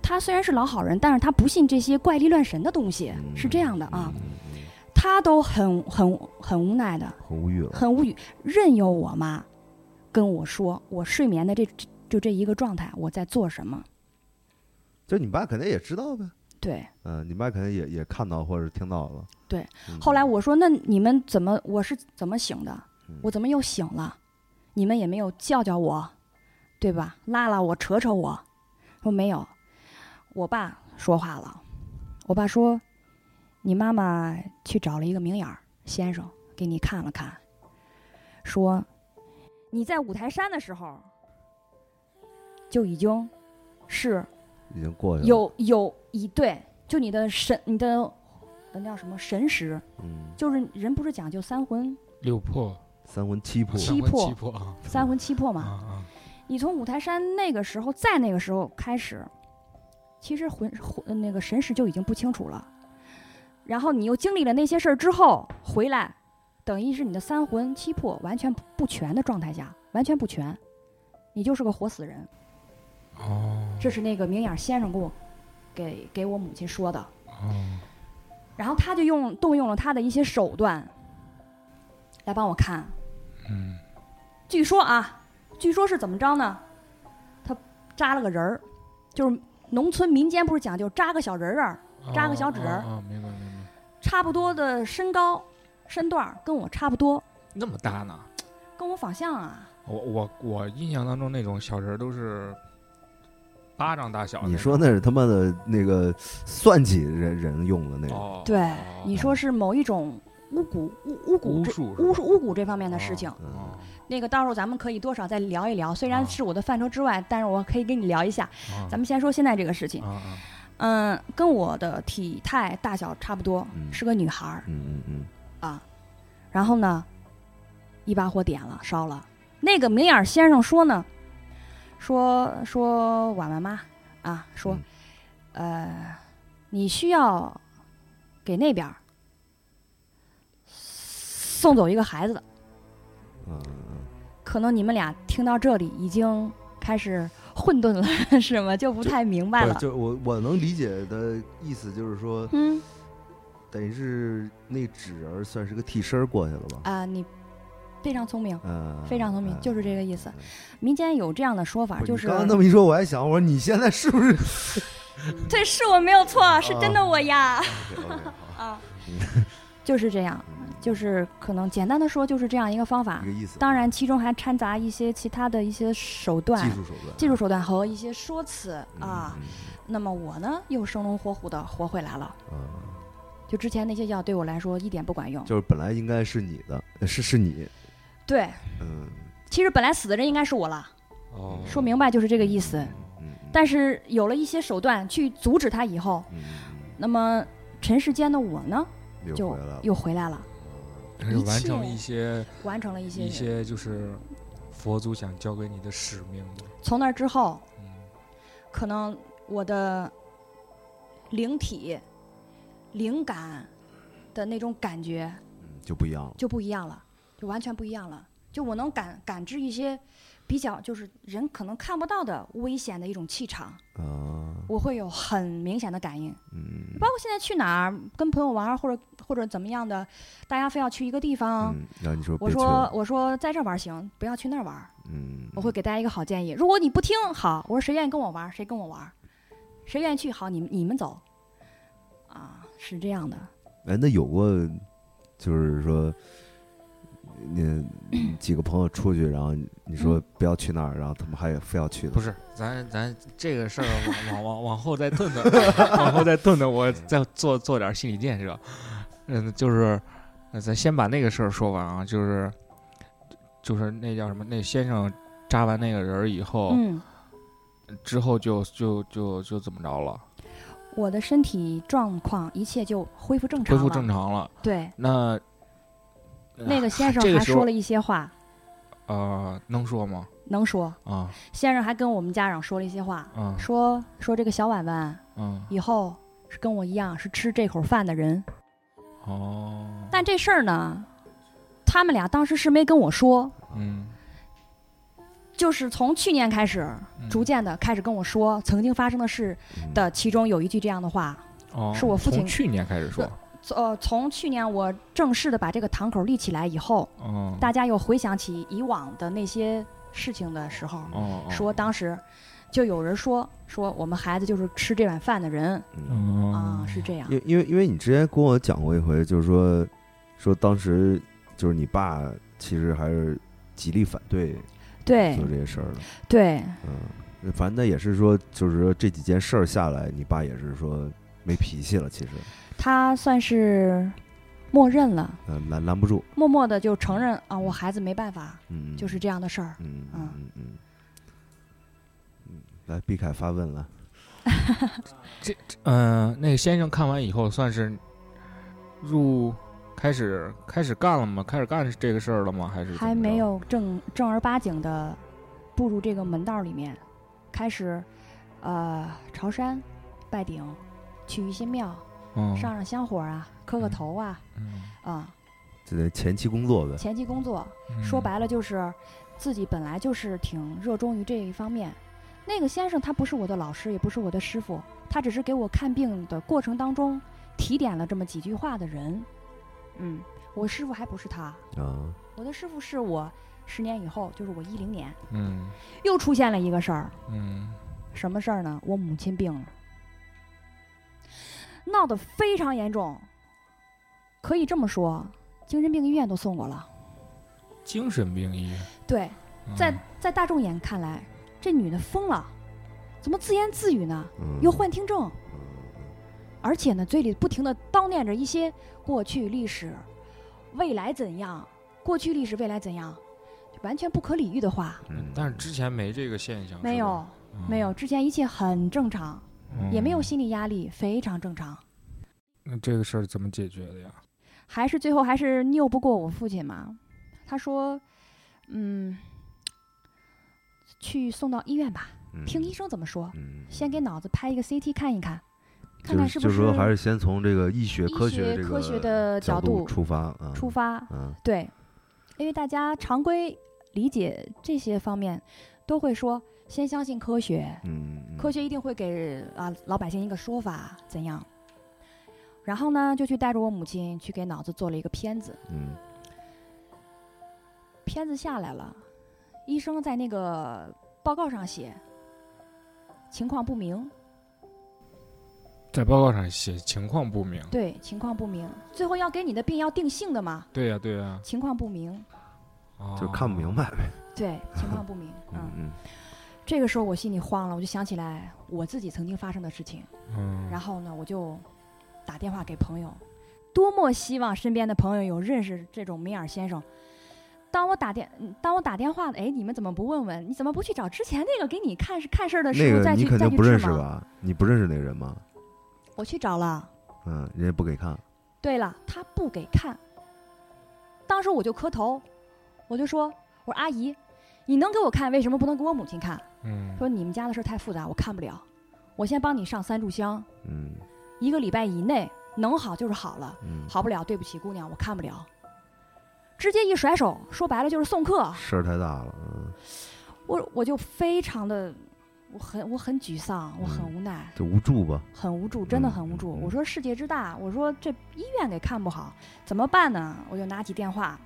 他虽然是老好人，但是他不信这些怪力乱神的东西，嗯是这样的啊，嗯嗯嗯他都很很很无奈的，很无语了。很无语，任由我妈跟我说我睡眠的这这就这一个状态，我在做什么？就是你爸肯定也知道呗，对，嗯，你爸肯定也也看到或者听到了。对嗯，后来我说那你们怎么我是怎么醒的嗯？我怎么又醒了？你们也没有叫叫我，对吧？拉拉我，扯扯我，说没有。我爸说话了，我爸说，你妈妈去找了一个明眼儿先生给你看了看，说你在五台山的时候就已经是已经过去了，有有一对，就你的神，你的那叫什么神识，嗯，就是人不是讲究三魂六魄，三魂七魄，七魄七魄啊三魂七魄啊嘛？啊！你从五台山那个时候，在那个时候开始，其实魂魂那个神识就已经不清楚了。然后你又经历了那些事儿之后回来，等于是你的三魂七魄完全不不全的状态下，完全不全，你就是个活死人。哦，这是那个明眼先生给我给给我母亲说的。哦，然后他就用动用了他的一些手段来帮我看。嗯，据说啊，据说是怎么着呢？他扎了个人儿，就是农村民间不是讲究扎个小人儿儿，扎个小纸人儿啊，哦哦明白明白。差不多的身高、身段儿跟我差不多，那么大呢？跟我仿像啊。我我我印象当中那种小人儿都是巴掌大小那种。你说那是他妈的那个算计人人用的那种，哦？对哦，你说是某一种巫蛊、巫巫蛊巫这术是吧巫术、巫蛊这方面的事情。嗯，哦那个到时候咱们可以多少再聊一聊，虽啊然是我的范畴之外，但是我可以跟你聊一下。嗯哦咱们先说现在这个事情，啊啊嗯，跟我的体态大小差不多，嗯是个女孩儿嗯嗯嗯，啊。然后呢，一把火点了，烧了。那个明眼儿先生说呢，说说婉婉妈啊，说，嗯呃，你需要给那边儿送走一个孩子，嗯嗯嗯可能你们俩听到这里已经开始混沌了， 是吗？就不太明白不是了。就是我我能理解的意思就是 说，嗯等于是那纸人儿算是个替身儿过去了吧？啊、你非常聪明，嗯，非常聪明嗯就是这个意思。嗯嗯民间有这样的说法，不就是是你刚刚那么一说，我还想，我说你现在是 不是对，是我没有错，是啊真的我呀 OK，OK，好啊， 就是这样，就是可能简单的说就是这样一个方法一个。意思。当然，其中还掺杂一些其他的一些手段技、术手段，技术手段和一些说辞啊。嗯，那么我呢，又生龙活虎的活回来了。嗯嗯就之前那些药对我来说一点不管用。就是本来应该是你的，呃是是你，对，嗯，其实本来死的人应该是我了。哦，说明白就是这个意思。嗯，但是有了一些手段去阻止他以后，嗯嗯那么尘世间的我呢，嗯又就回来了，又回来了，但是一完成切一些完成了一些一些就是佛祖想交给你的使命吧。从那之后，嗯，可能我的灵体、灵感的那种感觉嗯就不一样了。就不一样了，就完全不一样了。就我能感感知一些比较就是人可能看不到的危险的一种气场，啊，我会有很明显的感应。嗯，包括现在去哪儿跟朋友玩儿，或者或者怎么样的，大家非要去一个地方，嗯，然后你说啊我别去说了，我说在这儿玩儿行，不要去那儿玩儿。嗯，我会给大家一个好建议，如果你不听，好，我说谁愿意跟我玩儿谁跟我玩儿，谁愿意去好，你们你们走，啊，是这样的。哎，那有过，就是说，你几个朋友出去，然后你嗯说不要去那儿，然后他们还非要去呢不是，咱咱这个事儿往往往往后再顿顿， 往后再顿顿，我再做做点心理建设。嗯，就是，呃咱先把那个事儿说完啊，就是，就是那叫什么？那先生扎完那个人儿以后，嗯，之后就就就就怎么着了？我的身体状况一切就恢复正常恢了。复正常了。对，那啊那个先生这个还时说候了一些话，呃，能说吗？能说。啊先生还跟我们家长说了一些话，啊说说这个小婉婉嗯以后是跟我一样是吃这口饭的人。哦，但这事儿呢，他们俩当时是没跟我说，嗯，就是从去年开始，嗯逐渐的开始跟我说曾经发生的事嗯的其中有一句这样的话。哦是我父从亲去年开始说，呃，从去年我正式的把这个堂口立起来以后，嗯，大家又回想起以往的那些事情的时候，哦哦说当时就有人说说我们孩子就是吃这碗饭的人嗯，嗯啊，是这样。因为因为因为你之前跟我讲过一回，就是说说当时就是你爸其实还是极力反对对做这些事儿的，对嗯，反正那也是说，就是说这几件事儿下来，你爸也是说没脾气了，其实，他算是默认了。呃，拦拦不住，默默的就承认啊，我孩子没办法，嗯，就是这样的事儿。嗯嗯嗯嗯嗯，嗯，来，毕凯发问了，嗯，那个先生看完以后，算是入开始开始干了吗？开始干这个事儿了吗？还是怎么着还没？有正正儿八经的步入这个门道里面，开始呃朝山、拜顶，去一些庙嗯，上上香火啊，磕个嗯头啊啊、这得前期工作呗，前期工作嗯说白了就是自己本来就是挺热衷于这一方面。那个先生他不是我的老师，也不是我的师傅，他只是给我看病的过程当中提点了这么几句话的人。嗯，我师傅还不是他，啊，我的师傅是我十年以后，就是我一零年嗯又出现了一个事儿，嗯什么事儿呢？我母亲病了，闹得非常严重，可以这么说，精神病医院都送我了。精神病医院，对，嗯在在大众眼看来，这女的疯了，怎么自言自语呢？嗯又幻听症，嗯而且呢，嘴里不停的叨念着一些过去历史、未来怎样，过去历史、未来怎样，就完全不可理喻的话。嗯但是之前没这个现象，没是有吧，，嗯没有，，之前一切很正常，嗯也没有心理压力，非常正常。那这个事儿怎么解决的呀？还是最后还是拗不过我父亲嘛，他说，嗯，去送到医院吧，听医，生怎么说，嗯嗯先给脑子拍一个 CT 看一看，看就看是不就是说还是先从这个医学医科学这科学个的角度度出发啊，出发。嗯对，因为大家常规理解这些方面，都会说先相信科学，嗯，嗯科学一定会给啊老百姓一个说法，怎样？然后呢，就去带着我母亲去给脑子做了一个片子，嗯片子下来了，医生在那个报告上写情况不明，在报告上写情况不明。对，情况不明，最后要给你的病要定性的嘛，对呀，对呀，情况不明，就哦看不明。白呗，对，情况不明，嗯，嗯这个时候我心里慌了，我就想起来我自己曾经发生的事情。嗯，然后呢，我就打电话给朋友，多么希望身边的朋友有认识这种梅尔先生。当我打电，嗯当我打电话，哎，你们怎么不问问？你怎么不去找之前那个给你看看事儿的师那傅个再你去、肯再定去不认识治吗？吧？你不认识那个人吗？我去找了。嗯，人家不给看，对了，他不给看。当时我就磕头，我就说：“我说阿姨，你能给我看，为什么不能给我母亲看？嗯，说你们家的事儿太复杂，我看不了。我先帮你上三炷香，嗯一个礼拜以内能好就是好了。嗯，好不了，对不起，姑娘，我看不了。直接一甩手，说白了就是送客。事儿太大了，嗯，我我就非常的，我很我很沮丧，我很嗯无奈，就无助吧，很无助，真的嗯很无助。嗯嗯我说世界之大，我说这医院给看不好，怎么办呢？我就拿起电话，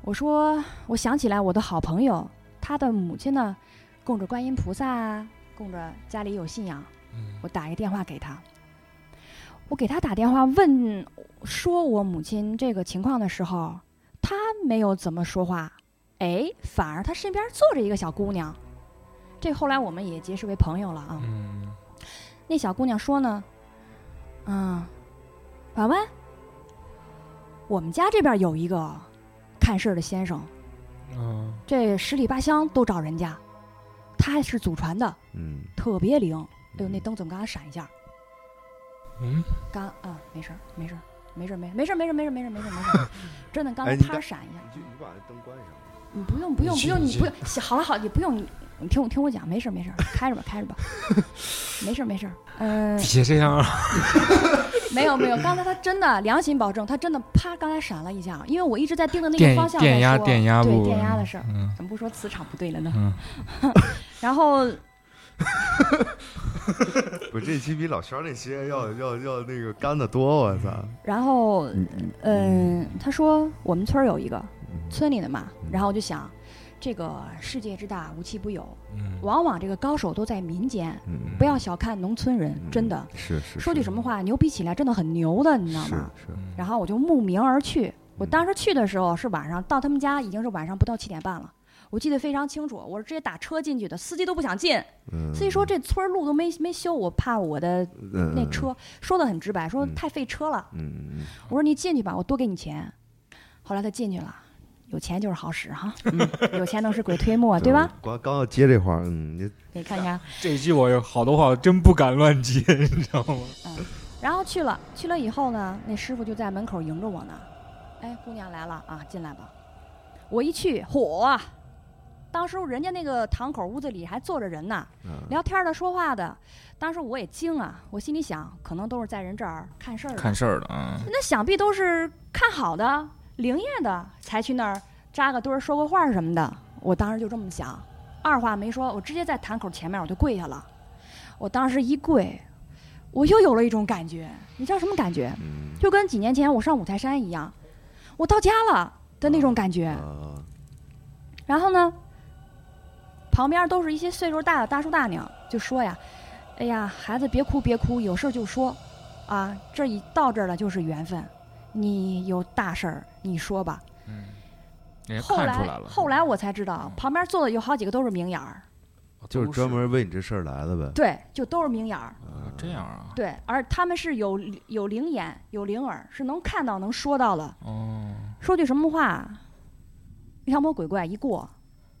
我说我想起来我的好朋友，他的母亲呢，供着观音菩萨啊，供着家里有信仰，嗯我打一个电话给他，我给他打电话问说我母亲这个情况的时候，他没有怎么说话，哎，反而他身边坐着一个小姑娘，这后来我们也结识为朋友了啊。嗯，那小姑娘说呢，嗯，婉婉，我们家这边有一个看事儿的先生，嗯这十里八乡都找人家，他是祖传的，嗯，特别灵。哎呦，那嗯灯怎么刚才闪一下？嗯，刚啊，没事儿，没事儿，没事儿，没没事儿，没事儿，没事儿，没事儿，没事儿，没事儿，真的，刚才哎你啪等闪一下，你就你把灯关上，你不用，不用，你不去用，你你去不用，行好了，好，你不用，你你听我听我讲，没事儿，没事儿，开着吧，开着吧，没事儿，没事儿， 嗯、别这样啊。没有，没有，刚才他真的良心保证，他真的啪，刚才闪了一下，因为我一直在盯着那个电方向在电压说电压对不电压的事儿，嗯怎么不说磁场不对了呢？嗯， 然后不，这期比老肖那期要要要那个干的多，我操，然后，嗯、他说我们村儿有一个嗯村里的嘛，嗯然后我就想，这个世界之大无奇不有，嗯，往往这个高手都在民间，嗯不要小看农村人，嗯真的。是是说句什么话，牛逼起来真的很牛的，你知道是吗？是，嗯然后我就慕名而去。我嗯当时去的时候是晚上，到他们家已经是晚上不到七点半了，我记得非常清楚。我是直接打车进去的，司机都不想进，嗯，司机说这村儿路都没没修，我怕我的嗯那，车，说的很直白，说嗯太费车了。嗯嗯我说你进去吧，我多给你钱。后来他进去了，有钱就是好使哈，嗯、有钱能使鬼推磨，嗯，啊对吧？？刚刚要接这话儿，嗯，你你看看，这一句我有好多话我真不敢 乱接，你知道吗？然后去了，去了以后呢，那师傅就在门口迎着我呢。哎，姑娘来了啊，进来吧。我一去，火啊！当时人家那个堂口屋子里还坐着人呢，啊聊天的、说话的。当时我也惊啊，我心里想，可能都是在人这儿看事儿的，事儿了啊。那想必都是看好的、灵验的才去那儿扎个堆儿、说个话什么的。我当时就这么想，二话没说，我直接在坛口前面我就跪下了。我当时一跪，我又有了一种感觉，你知道什么感觉？嗯就跟几年前我上五台山一样，嗯我到家了的那种感觉。啊，然后呢，旁边都是一些岁数大的大叔大娘，就说呀：“哎呀，孩子别哭别哭，有事儿就说，啊，这一到这儿了就是缘分，你有大事儿你说吧。嗯，人家后看出来来了，后来我才知道嗯，旁边坐的有好几个都是明眼儿，就是专门为你这事儿来的呗。对，就都是明眼儿，啊这样啊，对，而他们是有有灵眼、有灵耳，是能看到、能说到的。哦，说句什么话，妖魔鬼怪一过，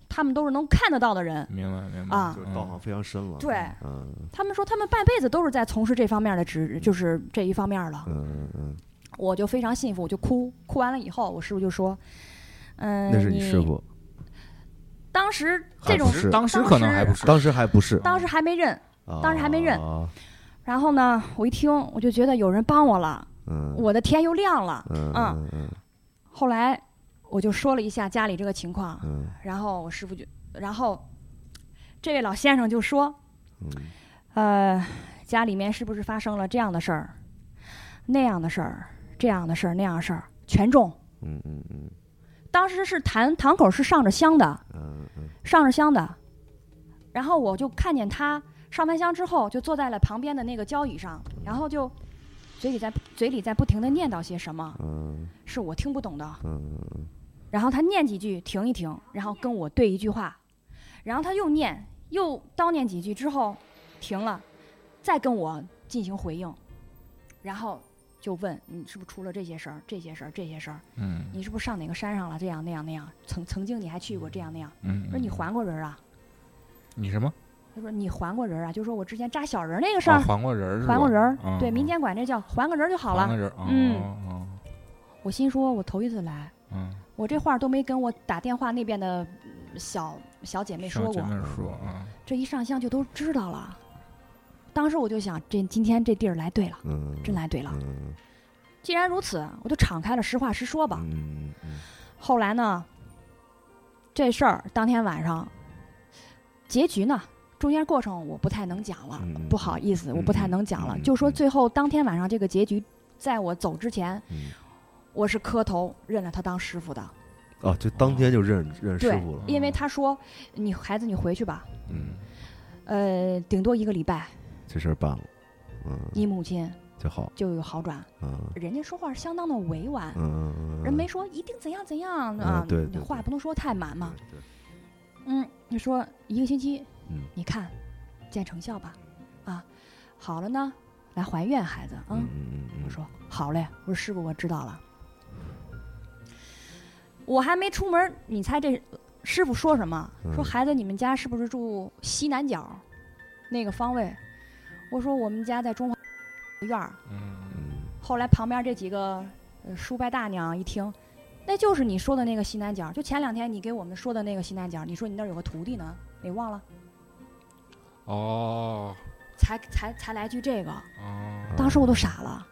他们都是能看得到的人。明白明白嗯啊就是道行非常深了。对嗯，他们说，他们半辈子都是在从事这方面的职，就是这一方面了。嗯嗯嗯，我就非常信服，我就哭，哭完了以后，我师傅就说：“嗯，那是你师。傅，”当时这种还不嗯是当时可能还不是，当时还不是，当时还没认，当时还没认啊然后呢，我一听我就觉得有人帮我了，嗯，我的天又亮了。嗯嗯嗯嗯后来我就说了一下家里这个情况，嗯然后我师傅就，然后这位老先生就说嗯，：“呃，家里面是不是发生了这样的事儿，那样的事儿，这样的事儿，那样的事儿，全中。嗯嗯嗯当时是坛堂口是上着香的，嗯嗯上着香的，然后我就看见他上完香之后，就坐在了旁边的那个交椅上，然后就嘴里在嘴里在不停的念叨些什么，嗯是我听不懂的。嗯然后他念几句，停一停，然后跟我对一句话，然后他又念，又叨念几句之后停了，再跟我进行回应，然后就问你是不是出了这些事儿、这些事儿、这些事儿，嗯你是不是上哪个山上了？这样那样那样，曾曾经你还去过这样那样，嗯，说你嗯还过人儿啊？你什么？他说你还过人儿啊？就说我之前扎小人儿那个事啊儿，还过人儿是吧，还过人儿，嗯对，民间管这叫还个人儿就好还过了。人儿，嗯嗯我心说，我头一次来，嗯，我这话都没跟我打电话那边的嗯小小姐妹没说过，没说嗯啊，这一上香就都知道了。当时我就想，这今天这地儿来对了，嗯，真来对了。嗯既然如此，我就敞开了，实话实说吧。嗯啊嗯后来呢，这事儿当天晚上，结局呢，中间过程我不太能讲了，嗯不好意思，我不太能讲了。嗯嗯就说最后当天晚上这个结局，在我走之前，嗯，我是磕头认了他当师傅的。哦，就当天就认认师对傅了，，因为他说：“你孩子，你回去吧，嗯，呃，顶多一个礼拜，这事儿办了，嗯，你母亲就好，就有好转。”嗯人家说话是相当的委婉，嗯，人没说一定怎样怎样啊啊，对对你话对不能说太满嘛。对，嗯，你说一个星期，嗯你看见成效吧，啊，好了呢，来还愿孩子啊。嗯嗯嗯，我说好嘞，我说师傅，我知道了。我还没出门，你猜这师傅说什么？嗯说孩子，你们家是不是住西南角那个方位？我说我们家在中华院儿。嗯，嗯后来旁边这几个呃叔伯大娘一听，那就是你说的那个西南角，就前两天你给我们说的那个西南角，你说你那儿有个徒弟呢，你忘了，哦才才才来句这个，嗯哦，当时我都傻了。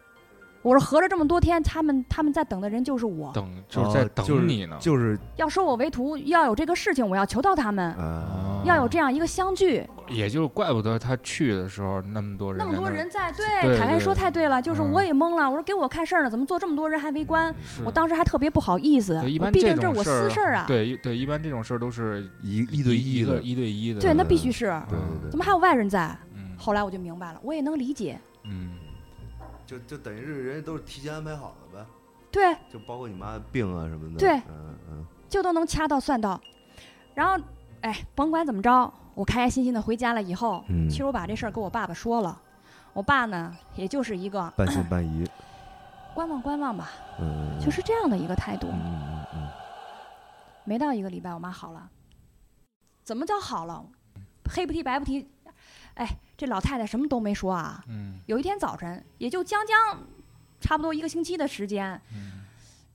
我说合着这么多天，他们他们在等的人就是我，等就是在等你呢，哦就是要收我为徒，要有这个事情，我要求到他们，啊，要有这样一个相聚。哦也就怪不得他去的时候那么多人，那么多人，在，对对，凯凯说对太对了，就是嗯我也懵了，我说给我看事儿呢，怎么坐这么多人还围观？嗯我当时还特别不好意思，对一我般毕这竟这种我私事事儿啊，对一对，一般这种事儿都是一一对一的个，一对一的，对，那必嗯须是。对对对，怎么还有外人在？嗯后来我就明白了，我也能理解。嗯就就等于是人家都是提前安排好的呗，对，就包括你妈病啊什么的，对嗯嗯就都能掐到算到。然后，哎，甭管怎么着，我开开心心的回家了以后，嗯其实我把这事儿跟我爸爸说了。我爸呢，也就是一个半信半疑，观望观望吧，嗯，就是这样的一个态度。嗯嗯没到一个礼拜，我妈好了。怎么叫好了？黑不提白不提，哎，这老太太什么都没说啊。嗯有一天早晨，也就将将差不多一个星期的时间，嗯，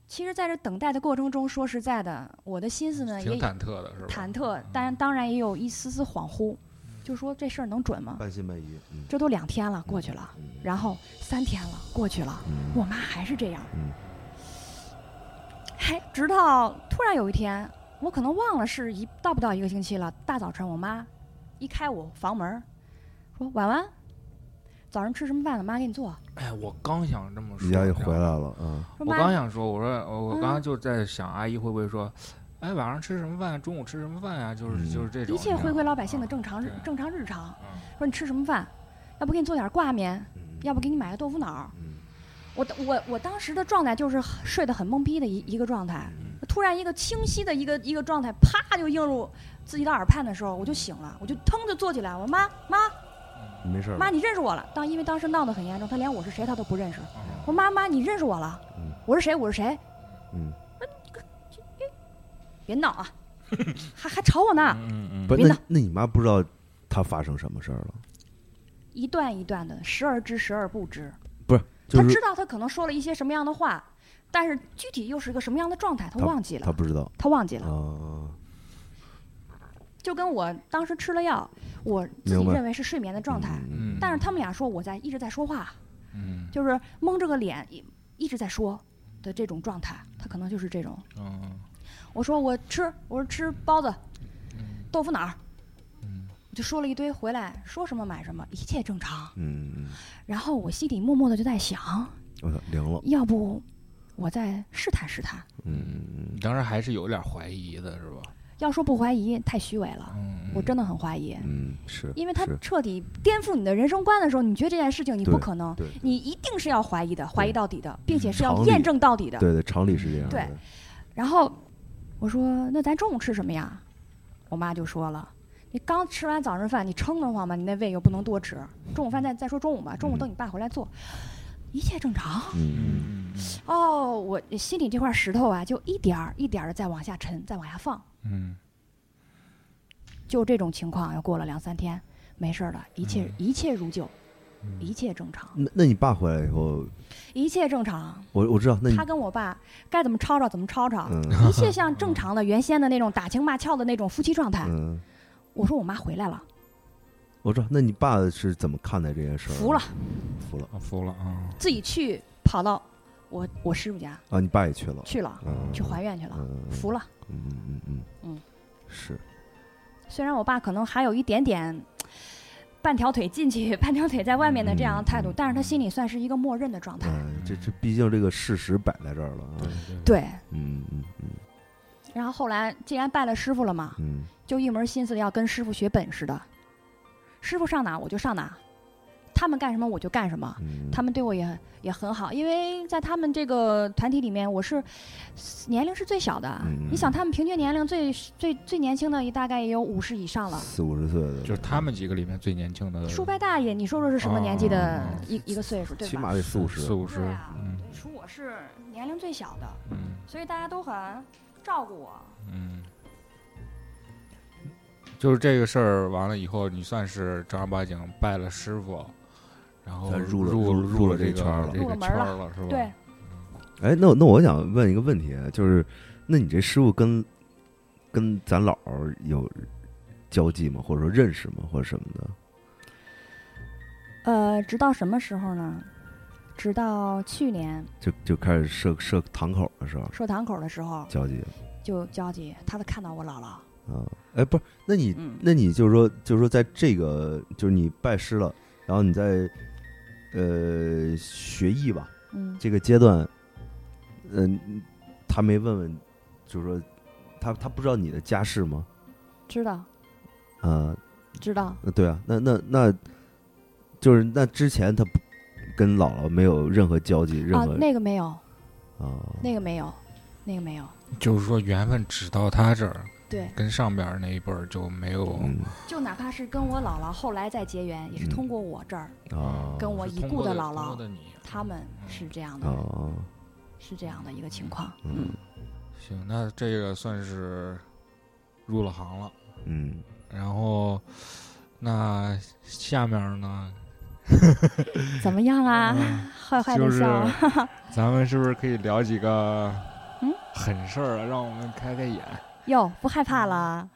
其实在这等待的过程中，说实在的，我的心思呢挺也忐忑的是吧？嗯忐忑，但当然也有一丝丝恍惚，就说这事儿能准吗嗯，？半信半疑，嗯这都两天了，过去了，嗯然后三天了，过去了，嗯我妈还是这样嗯。还直到突然有一天，我可能忘了是一到不到一个星期了，大早晨我妈一开我房门儿，说：“婉婉，早上吃什么饭了？妈给你做。哎，我刚想这么说，你家又你知回道吗来了，嗯，说”我妈刚想说，我说我我刚嗯刚就在想，阿姨会不会说，哎，晚上吃什么饭啊？中午吃什么饭啊？就是就是嗯这种，啊一切回归老百姓的正正常日正常日常。嗯说你吃什么饭？要不给你做点挂面，嗯要不给你买个豆腐脑儿。嗯我的我我当时的状态就是很睡得很懵逼的一一个状嗯态，突然一个清晰的一个一个状态，啪就映入自己的耳畔的时候，我就醒了，我就腾就坐起来，我妈妈嗯没事儿吧妈，你认识我了？当因为当时闹得很严重，他连我是谁他都不认识。我说嗯妈妈，你认识我了嗯？我是谁？我是谁？啊哎嗯，别闹啊！ 还还吵我呢！嗯嗯不，别那闹那你妈不知道她发生什么事儿了？一段一段的，时而知，时而不知。就他是知道他可能说了一些什么样的话，但是具体又是一个什么样的状态，他他忘记了。她不知道他忘记了，啊，就跟我当时吃了药，我自明己白认为是睡眠的状态，嗯但是他们俩说我在一直在说话，嗯就是蒙着个脸一一直在说的这种状态，他可能就是这种。嗯我说我吃，我说吃包子、嗯豆腐脑儿，嗯我就说了一堆，回来说什么买什么，一切正常。嗯嗯，然后我心里默默的就在想，我操，灵了，要不我再试探试探。嗯嗯你当时还是有点怀疑的是吧？要说不怀疑，太虚伪了，嗯，我真的很怀疑。嗯，是，因为他是彻底颠覆你的人生观的时候，你觉得这件事情你对不可能对，嗯你一定是要怀疑的，怀疑到底的，并且是要常理验证到底的。对对，常理是这样的，对然后我说：“那咱中午吃什么呀？”我妈就说了：“你刚吃完早晨饭，你撑得慌吗？你那胃又不能多吃，中午饭再再说中午吧，中午等你爸回来做，一切正常。嗯，嗯哦，我心里这块石头啊，就一点儿一点儿的在往下沉，再往下放，嗯就这种情况，又过了两三天，没事儿了，一嗯切、一切如旧，一切正常，那那你爸回来以后，一切正常。我我知道，那你他跟我爸该怎么吵吵怎么吵吵，嗯一 切像正常的原先的那种打情骂俏的那种夫妻状态。嗯，我说我妈回来了，我知道，那你爸是怎么看待这件事儿？服了，，服了我服了啊，自己去跑到我我师傅家啊！你爸也去了，去了，嗯，去还愿去了，嗯，服了。嗯嗯嗯嗯，是，虽然我爸可能还有一点点。半条腿进去，半条腿在外面的这样的态度，嗯但是他心里算是一个默认的状态。嗯，这这毕竟这个事实摆在这儿了啊，对，嗯嗯嗯然后后来既然拜了师傅了嘛，嗯，就一门心思的要跟师傅学本事的，师傅上哪我就上哪，他们干什么我就干什么。嗯他们对我也也很好，因为在他们这个团体里面，我是年龄是最小的。嗯你想，他们平均年龄最最最年轻的也大概也有五十以上了。四五十岁的，就是他们几个里面最年轻的，叔伯大爷，你说说是什么年纪的一、一个岁数，对起吧？码得四五十四，五十对啊，，嗯对，说我是年龄最小的，嗯所以大家都很照顾我。嗯，就是这个事儿完了以后，你算是正儿八经拜了师傅，然后算呃入入了入入入了这这个圈儿了这入个了圈门儿了儿了是吧？对，哎，那我那我想问一个问题，啊就是，那你这师傅跟跟咱姥儿有交际吗？或者说认识吗？或者什么的？呃，直到什么时候呢？直到去年就就开始设设堂口了是吧？说堂口的时候交际了就交集，他都看到我姥姥。啊，哎，不是，那你嗯，那你就是说，就是说，在这个就是你拜师了，然后你在呃学艺吧嗯，这个阶段，嗯、他没问问，就是说他他不知道你的家世吗？知道啊、知道，那对啊，那那那，就是那之前他不跟姥姥没有任何交集，任啊何，那个没有，啊那个没有，那个没有。就是说缘分只到他这儿，对，跟上边儿那一辈儿就没有。嗯就哪怕是跟我姥姥后来再结缘，也是嗯通过我这儿，啊跟我哦是已通故过的的姥通姥过的哦你他们是这样的，啊是这样的一个情况。嗯行，那这个算是入了行了。嗯，然后，那下面儿呢，怎么样啊？坏坏哦就的是笑啊， 咱们是不是可以聊几个嗯狠事儿啊，让我们开开眼？哟，不害怕了？